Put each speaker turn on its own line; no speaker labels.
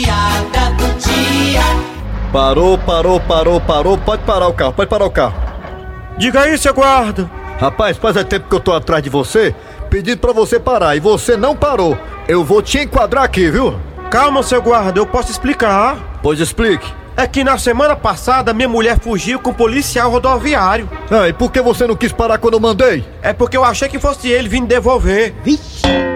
piada do dia.
Parou, parou, parou, parou. Pode parar o carro, pode parar o carro.
Diga aí, seu guarda.
Rapaz, faz é tempo que eu tô atrás de você, pedindo pra você parar e você não parou. Eu vou te enquadrar aqui, viu?
Calma, seu guarda, eu posso explicar.
Pois explique.
É que na semana passada minha mulher fugiu com um policial rodoviário.
Ah, e por que você não quis parar quando eu mandei?
É porque eu achei que fosse ele vindo devolver.
Vixe!